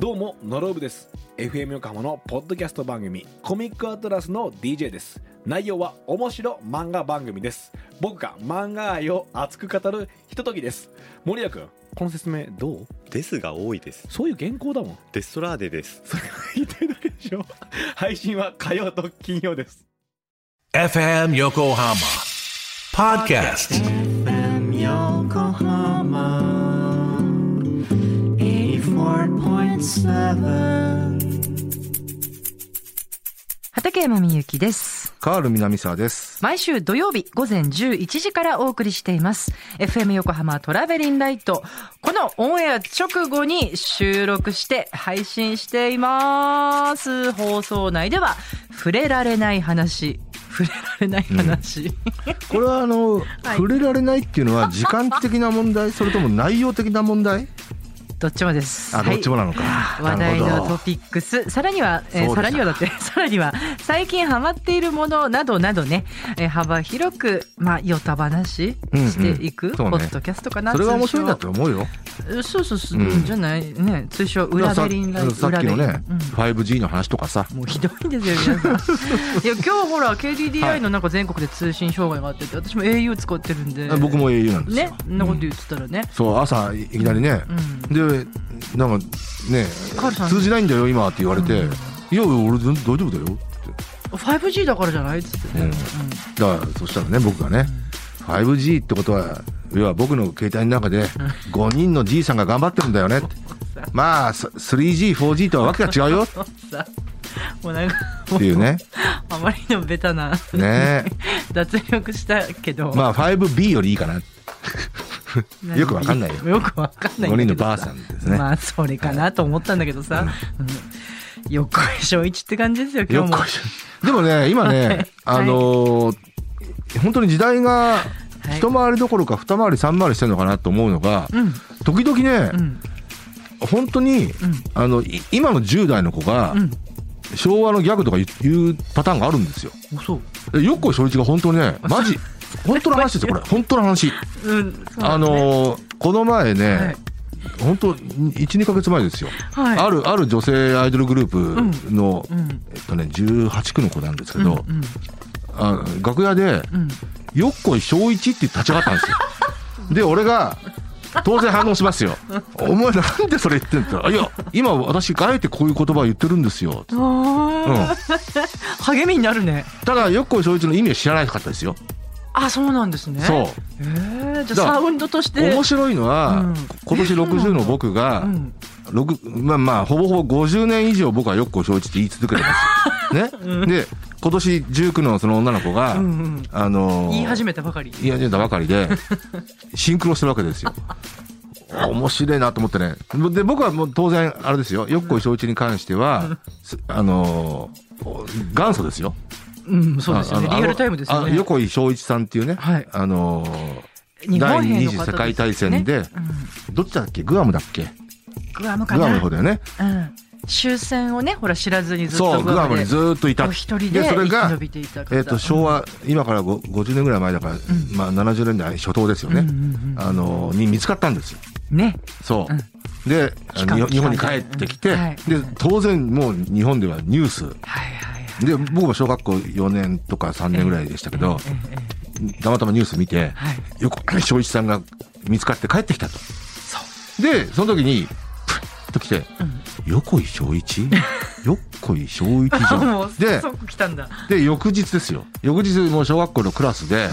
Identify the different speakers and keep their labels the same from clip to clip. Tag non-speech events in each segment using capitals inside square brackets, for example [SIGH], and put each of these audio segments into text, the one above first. Speaker 1: どうもノロブです FM 横浜のポッドキャスト番組コミックアトラスの DJ です内容は面白漫画番組です僕が漫画愛を熱く語るひとときです森谷君この説明どう
Speaker 2: ですが多いです。
Speaker 1: そういう原稿だもん
Speaker 2: デストラーデです。
Speaker 1: それが言ってるだけでしょ配信は火曜と金曜です
Speaker 3: FM Yokohama Podcast.
Speaker 4: FM Yokohama 84.7
Speaker 5: 畠山みゆきです。
Speaker 6: カール南沢です。
Speaker 5: 毎週土曜日午前11時からお送りしています。FM 横浜トラベリンライト。このオンエア直後に収録して配信しています。放送内では触れられない話。触れられない話。
Speaker 6: これはあの、触れられないっていうのは時間的な問題、それとも内容的な問題？
Speaker 5: どっちもです。
Speaker 6: あ、
Speaker 5: はい
Speaker 6: どっちもなのか。
Speaker 5: 話題
Speaker 6: なる
Speaker 5: の
Speaker 6: ほ
Speaker 5: ト
Speaker 6: ど
Speaker 5: ピックスさらには、えー
Speaker 6: そうでした
Speaker 5: さらにはだって [LAUGHS] さらには最近ハマっているものなどなどね、えー幅広くまあよた話していく、
Speaker 6: うんうんそうね
Speaker 5: ポッドキャストかな
Speaker 6: それは面白いんだと思うよ。
Speaker 5: 通称そうそうそう、
Speaker 6: うん
Speaker 5: じゃないね通称裏ベリンライ
Speaker 6: さ
Speaker 5: ト
Speaker 6: さっきの
Speaker 5: 裏ベ
Speaker 6: ね
Speaker 5: リン、
Speaker 6: 5G の話とかさ
Speaker 5: う。んもうひどいんですよ皆さん
Speaker 6: [LAUGHS]
Speaker 5: いや今日ほら KDDI のなんか全国で通信障害があってて私も au 使ってるんで
Speaker 6: 僕も au なんです
Speaker 5: ね
Speaker 6: よ。
Speaker 5: そんなこと言ってたらね、
Speaker 6: そう朝いいきなりね
Speaker 5: う。ん、
Speaker 6: で、なんかね
Speaker 5: カールさん、
Speaker 6: 通じないんだよ今って言われて
Speaker 5: うん、
Speaker 6: いや俺全大丈夫だよって。
Speaker 5: 5G だからじゃないっつってね、
Speaker 6: うんだからそしたらね僕がね 5G ってことは要は僕の携帯の中で5人のじいさんが頑張ってるんだよねってまあそ 3G4G とはわけが違うよっ
Speaker 5: うんさもうなん
Speaker 6: [LAUGHS]
Speaker 5: かもう
Speaker 6: ていうね
Speaker 5: あまりにもベタな
Speaker 6: ね
Speaker 5: [LAUGHS] 脱力したけど、
Speaker 6: まあ 5B よりいいかな
Speaker 5: 何
Speaker 6: よくわかんないよ
Speaker 5: よくわかんない
Speaker 6: 5人のば
Speaker 5: バ
Speaker 6: あ
Speaker 5: ー
Speaker 6: さんですね
Speaker 5: まあそれかなと思ったんだけどさ、うん横井正一って感じですよ今
Speaker 6: よっ
Speaker 5: 日も
Speaker 6: こいしょでもね今ねあのー本当に時代が
Speaker 5: はい
Speaker 6: 一回りどころか二回り三回りしてるのかなと思うのが
Speaker 5: うん
Speaker 6: 時々ね
Speaker 5: うん
Speaker 6: 本当に
Speaker 5: うん
Speaker 6: あのい今の10代の子が
Speaker 5: うん
Speaker 6: 昭和のギャグとか言う言うパターンがあるんですよ
Speaker 5: おそう
Speaker 6: でよっこい正一が本当にね、マジ、本当の話
Speaker 5: [LAUGHS]
Speaker 6: ですよ、これ、本当の話。
Speaker 5: うんそう
Speaker 6: あのーこの前ね、
Speaker 5: はい
Speaker 6: 本当、1、2ヶ月前ですよ、
Speaker 5: はい
Speaker 6: ある、ある女性アイドルグループの、
Speaker 5: うん
Speaker 6: えっとね、18区の子なんですけ
Speaker 5: うん
Speaker 6: ど、あ楽屋で、
Speaker 5: うん
Speaker 6: よっこい正一って立ち上がったんで
Speaker 5: [LAUGHS]
Speaker 6: すよ。で、俺が、当然反応しますよ。お前なんでそれ言ってんだあいや、今私、あえてこういう言葉を言ってるんですよ。
Speaker 5: うんあー励みになるね
Speaker 6: ただ、よっこい正一の意味を知らなかったですよ。
Speaker 5: あそうなんですね
Speaker 6: そう。
Speaker 5: えー、じゃ
Speaker 6: だ
Speaker 5: あ
Speaker 6: から
Speaker 5: サウンドとして
Speaker 6: 面白いのは、
Speaker 5: うん
Speaker 6: 今年60の僕
Speaker 5: う
Speaker 6: が、
Speaker 5: ん
Speaker 6: 六まあまあほぼほぼ50年以上僕はよっこ承知って言い続け
Speaker 5: [LAUGHS]
Speaker 6: てます。ね、で今年19のその女の子が、
Speaker 5: うんうん
Speaker 6: あのー
Speaker 5: 言い始めたばかり
Speaker 6: 言い始めたばか
Speaker 5: [LAUGHS]
Speaker 6: りでシンクロしてるわけですよ。面白いなと思ってね。で僕はもう当然あれですよよっこ承知に関しては、すあのー元祖ですよ。
Speaker 5: うんそうですよね
Speaker 6: ああの
Speaker 5: リアルタイムですよ
Speaker 6: あ
Speaker 5: ね
Speaker 6: 横井正一さんっていうね、
Speaker 5: はい
Speaker 6: あのー
Speaker 5: 日
Speaker 6: 第
Speaker 5: 本兵
Speaker 6: 二
Speaker 5: の
Speaker 6: 次
Speaker 5: 方
Speaker 6: 世界大戦
Speaker 5: す
Speaker 6: で、
Speaker 5: よねうん
Speaker 6: どっちだっけグアムだっけ
Speaker 5: グアムか
Speaker 6: グアムの
Speaker 5: な
Speaker 6: 方だよね。
Speaker 5: うん終戦をねほら知らずにずっ
Speaker 6: そ
Speaker 5: と
Speaker 6: う、グアムにずーっといた。
Speaker 5: お一人で
Speaker 6: そ
Speaker 5: 生
Speaker 6: れ
Speaker 5: き
Speaker 6: が
Speaker 5: 延、びていた方
Speaker 6: えっ、と、昭和、今からご50年ぐらい前だから、まあ70年代初頭ですよね。
Speaker 5: うんうん
Speaker 6: あのー、に見つかったんですよ。
Speaker 5: うんね
Speaker 6: そう。
Speaker 5: うん
Speaker 6: で、
Speaker 5: 帰還
Speaker 6: に日本に
Speaker 5: 帰
Speaker 6: 帰
Speaker 5: 還
Speaker 6: ってきて、
Speaker 5: はい
Speaker 6: で、当然もう日本ではニュース。
Speaker 5: はいはいはい
Speaker 6: で、僕も小学校4年とか3年ぐらいでしたけど、
Speaker 5: ええええ
Speaker 6: たまたまニュース見て、
Speaker 5: はい
Speaker 6: よく正一さんが見つかって帰ってきたと。で、その時に、プッと来て、横井正一横井正一じ
Speaker 5: あ
Speaker 6: ゃ。
Speaker 5: [LAUGHS] もうん
Speaker 6: で
Speaker 5: そ、こ来たんだ
Speaker 6: で、翌日ですよ。翌日、もう小学校のクラスで、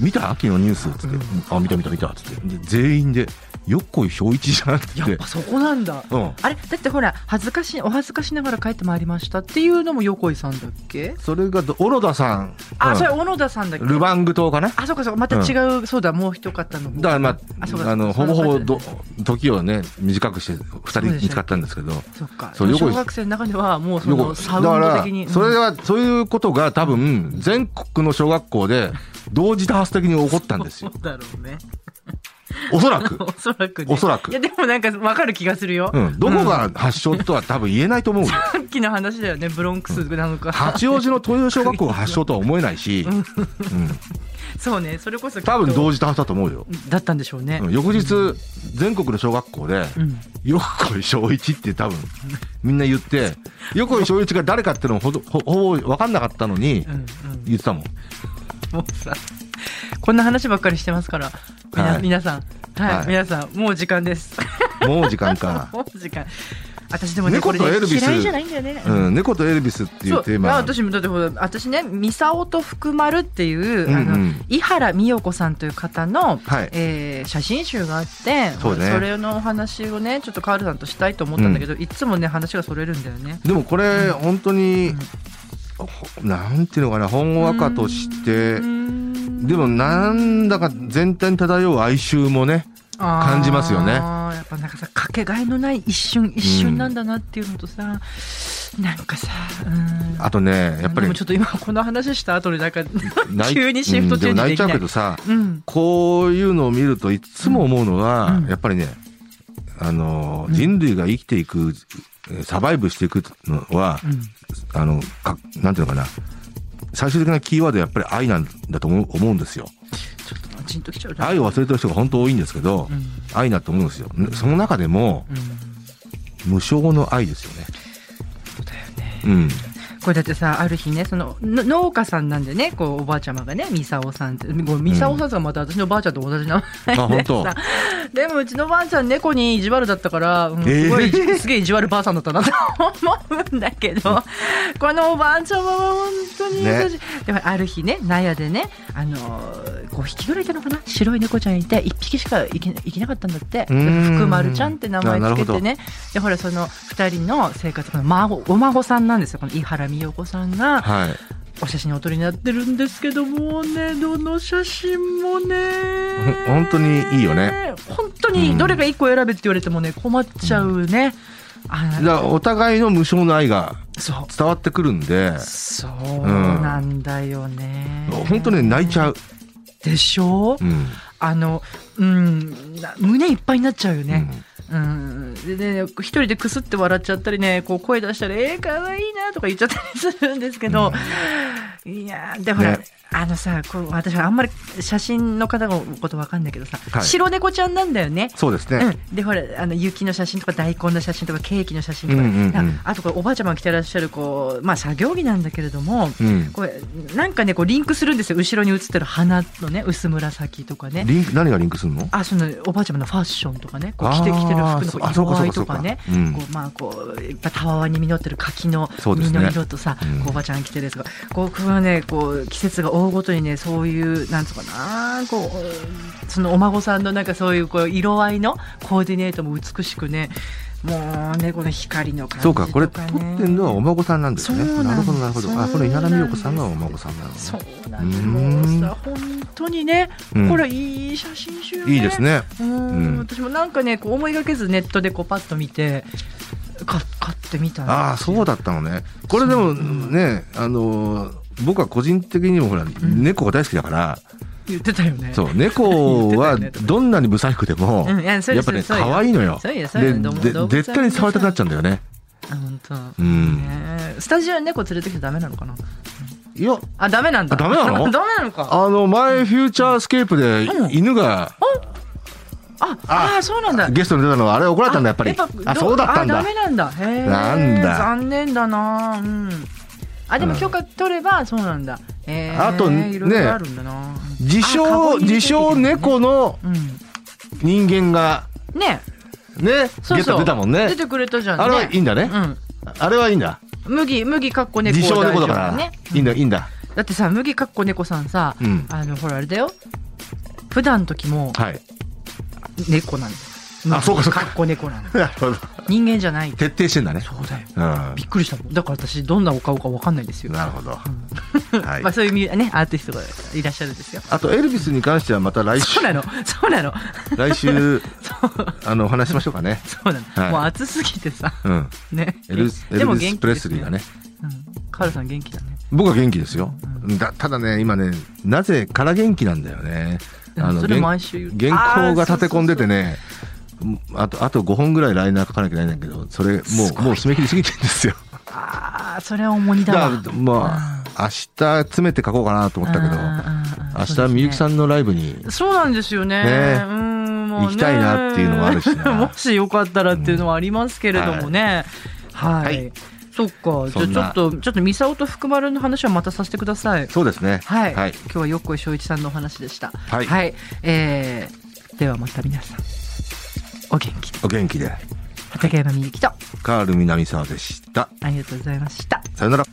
Speaker 6: 見た秋のニュースつって、あ、見た見た見たつって、で全員で、横井正一じゃんって言
Speaker 5: や
Speaker 6: って
Speaker 5: っぱそこなんだ
Speaker 6: うん。
Speaker 5: あれだってほら恥ずかしいお恥ずかしながら帰ってまいりましたっていうのも横井さんだっけ
Speaker 6: それがど、小野田さん。う
Speaker 5: あ
Speaker 6: ん
Speaker 5: それ小野田さんだっけ
Speaker 6: ルバング島かな
Speaker 5: あそうかそうかまた違うそうだもう一方の方
Speaker 6: だからまあ、
Speaker 5: あそう
Speaker 6: あ
Speaker 5: か
Speaker 6: の、
Speaker 5: そ
Speaker 6: ほ
Speaker 5: う
Speaker 6: ぼ
Speaker 5: だ
Speaker 6: ほぼ
Speaker 5: そうだ
Speaker 6: ど、時をね、短くして、二人
Speaker 5: そうでしたね
Speaker 6: 見つかったんですけど、
Speaker 5: そっか
Speaker 6: そう横井
Speaker 5: 小学生の中ではもうそ
Speaker 6: よ
Speaker 5: の
Speaker 6: く
Speaker 5: サウンド的に
Speaker 6: だから、それ
Speaker 5: うん
Speaker 6: は、そういうことが多分、全国の小学校で、同時多発的に起こったんです
Speaker 5: そ [LAUGHS]
Speaker 6: よ。
Speaker 5: うだろうね
Speaker 6: おそらく。
Speaker 5: おそらくね
Speaker 6: おそらく
Speaker 5: いやでもなんかわかる気がするよ、
Speaker 6: うん。どこが発祥とは多分言えないと思うよ。
Speaker 5: さっきの話だよねブロンクスなのか、
Speaker 6: 八王子の東洋小学校が発祥とは思えないし、うん。
Speaker 5: そうねそれこそきっと
Speaker 6: 多分同時多発だと思うよ、
Speaker 5: だったんでしょうね
Speaker 6: うん、翌日全国の小学校で
Speaker 5: うん
Speaker 6: 「よっこい小一」って多分みんな言って「よっこい小一」が誰かってのもほどほほぼ分かんなかったのに
Speaker 5: うんうん
Speaker 6: 言ってたもん
Speaker 5: もうさこんな話ばっかりしてますからみな
Speaker 6: はい
Speaker 5: 皆さんはい、
Speaker 6: はい
Speaker 5: 皆さんもう時間です、
Speaker 6: もう時間か
Speaker 5: [LAUGHS] もう時間私でもね
Speaker 6: 猫
Speaker 5: これ
Speaker 6: と
Speaker 5: ね
Speaker 6: エルビス
Speaker 5: 嫌いじゃないんだよね、
Speaker 6: うん、猫とエルビスってい
Speaker 5: そうう
Speaker 6: テーマ
Speaker 5: あ私もだってほら私ね「ミサオと福丸」っていう、あ
Speaker 6: うんう
Speaker 5: の
Speaker 6: ん
Speaker 5: 井原美代子さんという方の、
Speaker 6: はい
Speaker 5: えー写真集があって
Speaker 6: そうね
Speaker 5: れのお話をねちょっとカールさんとしたいと思ったんだけど、いつもね話がそれるんだよね。
Speaker 6: でもこれ本当に、ほなんていうのかな本和歌として
Speaker 5: うーん
Speaker 6: でもなんだか全体に漂う哀愁もね感じますよね
Speaker 5: あーやっぱなんかさかけがえのない一瞬一瞬なんだなっていうのとさ、なんかさうん
Speaker 6: あとねやっ
Speaker 5: で
Speaker 6: ぱり
Speaker 5: もちょっと今この話した後になんか [LAUGHS]
Speaker 6: 泣い
Speaker 5: 急にシフトチェンジ
Speaker 6: うんでも泣
Speaker 5: で
Speaker 6: いちゃ
Speaker 5: き
Speaker 6: う
Speaker 5: な
Speaker 6: け
Speaker 5: い
Speaker 6: どさ
Speaker 5: うん
Speaker 6: こういうのを見るといつも思うのは、
Speaker 5: うん
Speaker 6: やっぱりねあの人類が生きていくサバイブしていくのは
Speaker 5: うん
Speaker 6: あのかなんていうのかな最終的なキーワードはやっぱり愛なんだと思う思うんですよ
Speaker 5: ちょっとチンときちゃうな
Speaker 6: 愛を忘れてる人が本当多いんですけど、
Speaker 5: うん
Speaker 6: 愛だと思うんですよその中でも
Speaker 5: うん
Speaker 6: 無償の愛ですよね
Speaker 5: そうだよね
Speaker 6: うん
Speaker 5: これだってさある日ねそのの農家さんなんでねこうおばあちゃまがねミサオさんってこうミサオさんがまた私のばあちゃんと同じ名前 [LAUGHS]
Speaker 6: あ本当
Speaker 5: さでもうちのばあちゃん猫に意地悪だったから、うんすごい、
Speaker 6: えー
Speaker 5: すげえ意地悪ばあさんだった
Speaker 6: [LAUGHS]
Speaker 5: なと思うんだけどこのおばあちゃまは本当に優しい、でもある日ね納屋でねあのー、5匹ぐらいいたのかな白い猫ちゃんいて1匹しかいけいけなかったんだってで
Speaker 6: うーん
Speaker 5: 福丸ちゃんって名前
Speaker 6: あな
Speaker 5: つ
Speaker 6: る
Speaker 5: け
Speaker 6: ほ
Speaker 5: て
Speaker 6: ど
Speaker 5: ねでほらその2人の生活この孫お孫さんなんですよこの井原美代子さんが。
Speaker 6: はい
Speaker 5: お写真をお撮りになってるんですけどもうねどの写真もね
Speaker 6: ほ本当にいいよね
Speaker 5: 本当にいいどれか一個選べって言われてもね困っちゃうね、あ
Speaker 6: だからお互いの無償の愛が
Speaker 5: そう
Speaker 6: 伝わってくるんで
Speaker 5: そうなんだよね、
Speaker 6: 本当ね泣いちゃう、
Speaker 5: でしょ、う
Speaker 6: うん
Speaker 5: あのうんな胸いっぱいになっちゃうよね、
Speaker 6: うん
Speaker 5: うん、でね、一人でくすって笑っちゃったりね、こう声出したら、えー、かわいいなとか言っちゃったりするんですけど、いやー、でほら、
Speaker 6: ね
Speaker 5: あのさ、こう私はあんまり写真の方のことわかんないけどさ、
Speaker 6: はい
Speaker 5: 白猫ちゃんなんだよね。
Speaker 6: そうですね、
Speaker 5: うん、でほらあの雪の写真とか大根の写真とかケーキの写真とか,、
Speaker 6: うんうんうん
Speaker 5: なんかあとこれおばあちゃまが着てらっしゃるこう、まあ、作業着なんだけれども、
Speaker 6: うん
Speaker 5: これなんかねこうリンクするんですよ後ろに写ってる花のね薄紫とかね。
Speaker 6: リンク何がリンクするの
Speaker 5: あそのおばあちゃまのファッションとかねこう着てきてる
Speaker 6: あー
Speaker 5: 服の
Speaker 6: あ
Speaker 5: こ
Speaker 6: そ
Speaker 5: 色合
Speaker 6: ううか
Speaker 5: い
Speaker 6: そうかそ
Speaker 5: と
Speaker 6: うか
Speaker 5: かね
Speaker 6: うん
Speaker 5: こうまあこうやっぱたわわに実ってる柿の
Speaker 6: そうです
Speaker 5: 実
Speaker 6: ね
Speaker 5: の色とさ、
Speaker 6: うん
Speaker 5: こうおばあちゃんが着てるやつがこうこれはねこう季節が追うごとにねそういうなんつうかなこうそのお孫さんのなんかそういうこう色合いのコーディネートも美しくねもうねこの光の感じと
Speaker 6: そう
Speaker 5: か、
Speaker 6: か
Speaker 5: ね、
Speaker 6: これ撮ってんのはお孫さんなんですね
Speaker 5: そうなん
Speaker 6: るほどなるほどあ
Speaker 5: そう
Speaker 6: これ稲田美代子
Speaker 5: な
Speaker 6: さ
Speaker 5: んです
Speaker 6: んがお孫さんなのね
Speaker 5: そうなんで
Speaker 6: う
Speaker 5: す
Speaker 6: ん
Speaker 5: もうさ本当にね、
Speaker 6: うん
Speaker 5: これいい写真集よね
Speaker 6: いいですね
Speaker 5: うん
Speaker 6: うん
Speaker 5: 私もなんかねこう思いがけずネットでこうパッと見てか買ってみたんですよ
Speaker 6: ああそうだったのねこれでもねあのー僕は個人的にもほら、猫が大好きだから
Speaker 5: 言ってたよね
Speaker 6: そう猫は
Speaker 5: 言ってたよね
Speaker 6: どんなに不細工でも、
Speaker 5: うんいやそれ
Speaker 6: やっぱね
Speaker 5: それそれ
Speaker 6: 可愛いのよ
Speaker 5: そうよそう
Speaker 6: で
Speaker 5: よどうも
Speaker 6: で
Speaker 5: 動物は
Speaker 6: 絶対に触りたくなっちゃうんだよね
Speaker 5: あ本当、
Speaker 6: うん
Speaker 5: ねえスタジオに猫連れてきちゃダメなのかない
Speaker 6: や
Speaker 5: あダメなんだ
Speaker 6: あダメなの
Speaker 5: [LAUGHS] ダメなのか
Speaker 6: あの前フューチャースケープで
Speaker 5: うん
Speaker 6: 犬が
Speaker 5: あああそうなんだ
Speaker 6: ゲストに出たのはあれ怒られたんだやっぱりあ
Speaker 5: ど
Speaker 6: そうだったん
Speaker 5: あ
Speaker 6: だ
Speaker 5: ダメなんだへえ
Speaker 6: なんだ
Speaker 5: 残念だなうんあでも許可取ればそうなんだへえ
Speaker 6: あとね
Speaker 5: いろいろあるんだな
Speaker 6: 自
Speaker 5: あ籠に
Speaker 6: 称
Speaker 5: 入れて
Speaker 6: 自称猫の
Speaker 5: うん
Speaker 6: 人間が
Speaker 5: ね
Speaker 6: ね
Speaker 5: そう
Speaker 6: ゲスト
Speaker 5: そう
Speaker 6: 出たもん
Speaker 5: 出
Speaker 6: ね
Speaker 5: てくれたじゃんね
Speaker 6: あれはいいんだね
Speaker 5: うん
Speaker 6: あれはいいんだ
Speaker 5: 麦麦かっこ猫
Speaker 6: 自称
Speaker 5: 大丈
Speaker 6: 猫
Speaker 5: 夫
Speaker 6: だから
Speaker 5: ね
Speaker 6: いいんだいいんだ
Speaker 5: だってさ麦かっこ猫さんさ、
Speaker 6: うん
Speaker 5: あのほらあれだよ普段の時も
Speaker 6: はい
Speaker 5: 猫なんです
Speaker 6: あそうかそうか
Speaker 5: っこ猫なんだ
Speaker 6: なるほど
Speaker 5: 人間じゃない
Speaker 6: [LAUGHS] 徹底してんだね
Speaker 5: そうだよ
Speaker 6: うん
Speaker 5: びっくりしたもんだから私どんなお顔かわかんないですよ、
Speaker 6: なるほど [LAUGHS] はい
Speaker 5: まあ、そういうミュねアーティストがいらっしゃるんですよ
Speaker 6: あとエルビスに関してはまた来
Speaker 5: そ
Speaker 6: 週
Speaker 5: うなのそうなの
Speaker 6: 来週
Speaker 5: そう
Speaker 6: あのお話しましょうかね
Speaker 5: そうなの、
Speaker 6: はい
Speaker 5: もう暑すぎてさ
Speaker 6: うん
Speaker 5: ね
Speaker 6: エルビスエルビス・プレスリーがね、
Speaker 5: うん、カールさん元気だね
Speaker 6: 僕は元気ですよ、だただね今ねなぜから元気なんだよね
Speaker 5: それ
Speaker 6: 原
Speaker 5: 毎週言う
Speaker 6: 原稿が立て込んでてねあとあと5本ぐらいライナー書かなきゃいけないんだけどそれもうもう締め切りすぎてんですよ
Speaker 5: ああそれは重荷
Speaker 6: だ
Speaker 5: だわ
Speaker 6: からまあ明日詰めて書こうかなと思ったけど
Speaker 5: うんうんうん
Speaker 6: 明日みゆきさんのライブに
Speaker 5: そうなんですよね。
Speaker 6: ね
Speaker 5: うんもうね
Speaker 6: 行きたいなっていうのもあるしな
Speaker 5: [LAUGHS] もしよかったらっていうのはありますけれどもね。はい。
Speaker 6: はい
Speaker 5: そっか。
Speaker 6: そん
Speaker 5: じゃあ
Speaker 6: な
Speaker 5: ちょっと、ちょっとミサオと福丸の話はまたさせてください。
Speaker 6: そうですね
Speaker 5: はい。
Speaker 6: はい
Speaker 5: 今日はよっこいしょういちさんのお話でした。
Speaker 6: はい
Speaker 5: えーではまた皆さん、お元気で。
Speaker 6: お元気で
Speaker 5: 畠山みゆきと、
Speaker 6: カール南沢でした
Speaker 5: ありがとうございました。
Speaker 6: さよなら